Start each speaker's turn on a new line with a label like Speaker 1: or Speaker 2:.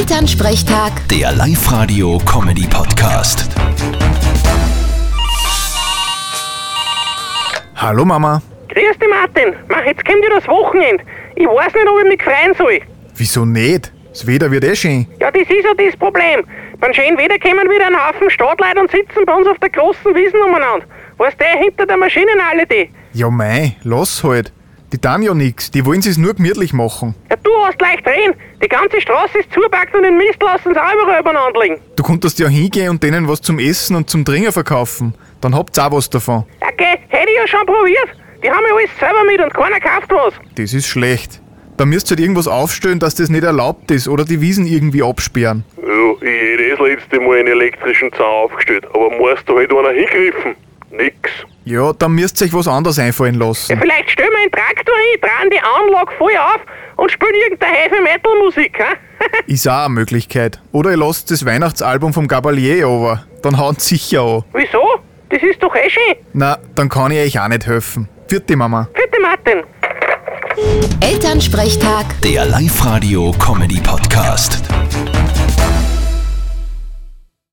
Speaker 1: Elternsprechtag,
Speaker 2: Der Live-Radio-Comedy-Podcast.
Speaker 3: Hallo Mama.
Speaker 4: Grüß dich, Martin. Mach, jetzt kommt ja das Wochenende. Ich weiß nicht, ob ich mich freuen soll.
Speaker 3: Wieso nicht? Das Wetter wird eh schön.
Speaker 4: Ja, das ist ja das Problem. Beim schönen Wetter kommen wieder ein Haufen Stadtleute und sitzen bei uns auf der großen Wiesen umeinander. Weißt du, hinter der Maschinen alle die.
Speaker 3: Ja mei, lass halt. Die tun ja nix, die wollen es nur gemütlich machen.
Speaker 4: Ja, du hast leicht reden. Die ganze Straße ist zugepackt und den Mist lassen sie auch überall übereinander liegen.
Speaker 3: Du konntest ja hingehen und denen was zum Essen und zum Trinken verkaufen. Dann habt's auch was davon.
Speaker 4: Okay, hätte ich ja schon probiert. Die haben ja alles selber mit und keiner kauft was.
Speaker 3: Das ist schlecht. Da müsst ihr halt irgendwas aufstellen, dass das nicht erlaubt ist oder die Wiesen irgendwie absperren.
Speaker 5: Ja, ich hätte eh das letzte Mal einen elektrischen Zaun aufgestellt, aber meist da halt einer hingegriffen. Nix.
Speaker 3: Ja, dann müsst ihr euch was anderes einfallen
Speaker 4: Ja,
Speaker 3: lassen.
Speaker 4: vielleicht stellen wir einen Traktor hin, drehen die Anlage voll auf und spielen irgendeine Heavy-Metal-Musik, hä?
Speaker 3: Ist auch eine Möglichkeit. Oder ihr lasst das Weihnachtsalbum vom Gabalier over. Dann haut's sicher an.
Speaker 4: Wieso? Das ist doch eh schön.
Speaker 3: Na, dann kann ich euch auch nicht helfen. Vierte Mama.
Speaker 4: Vierte Martin.
Speaker 1: Elternsprechtag.
Speaker 2: Der Live-Radio-Comedy-Podcast.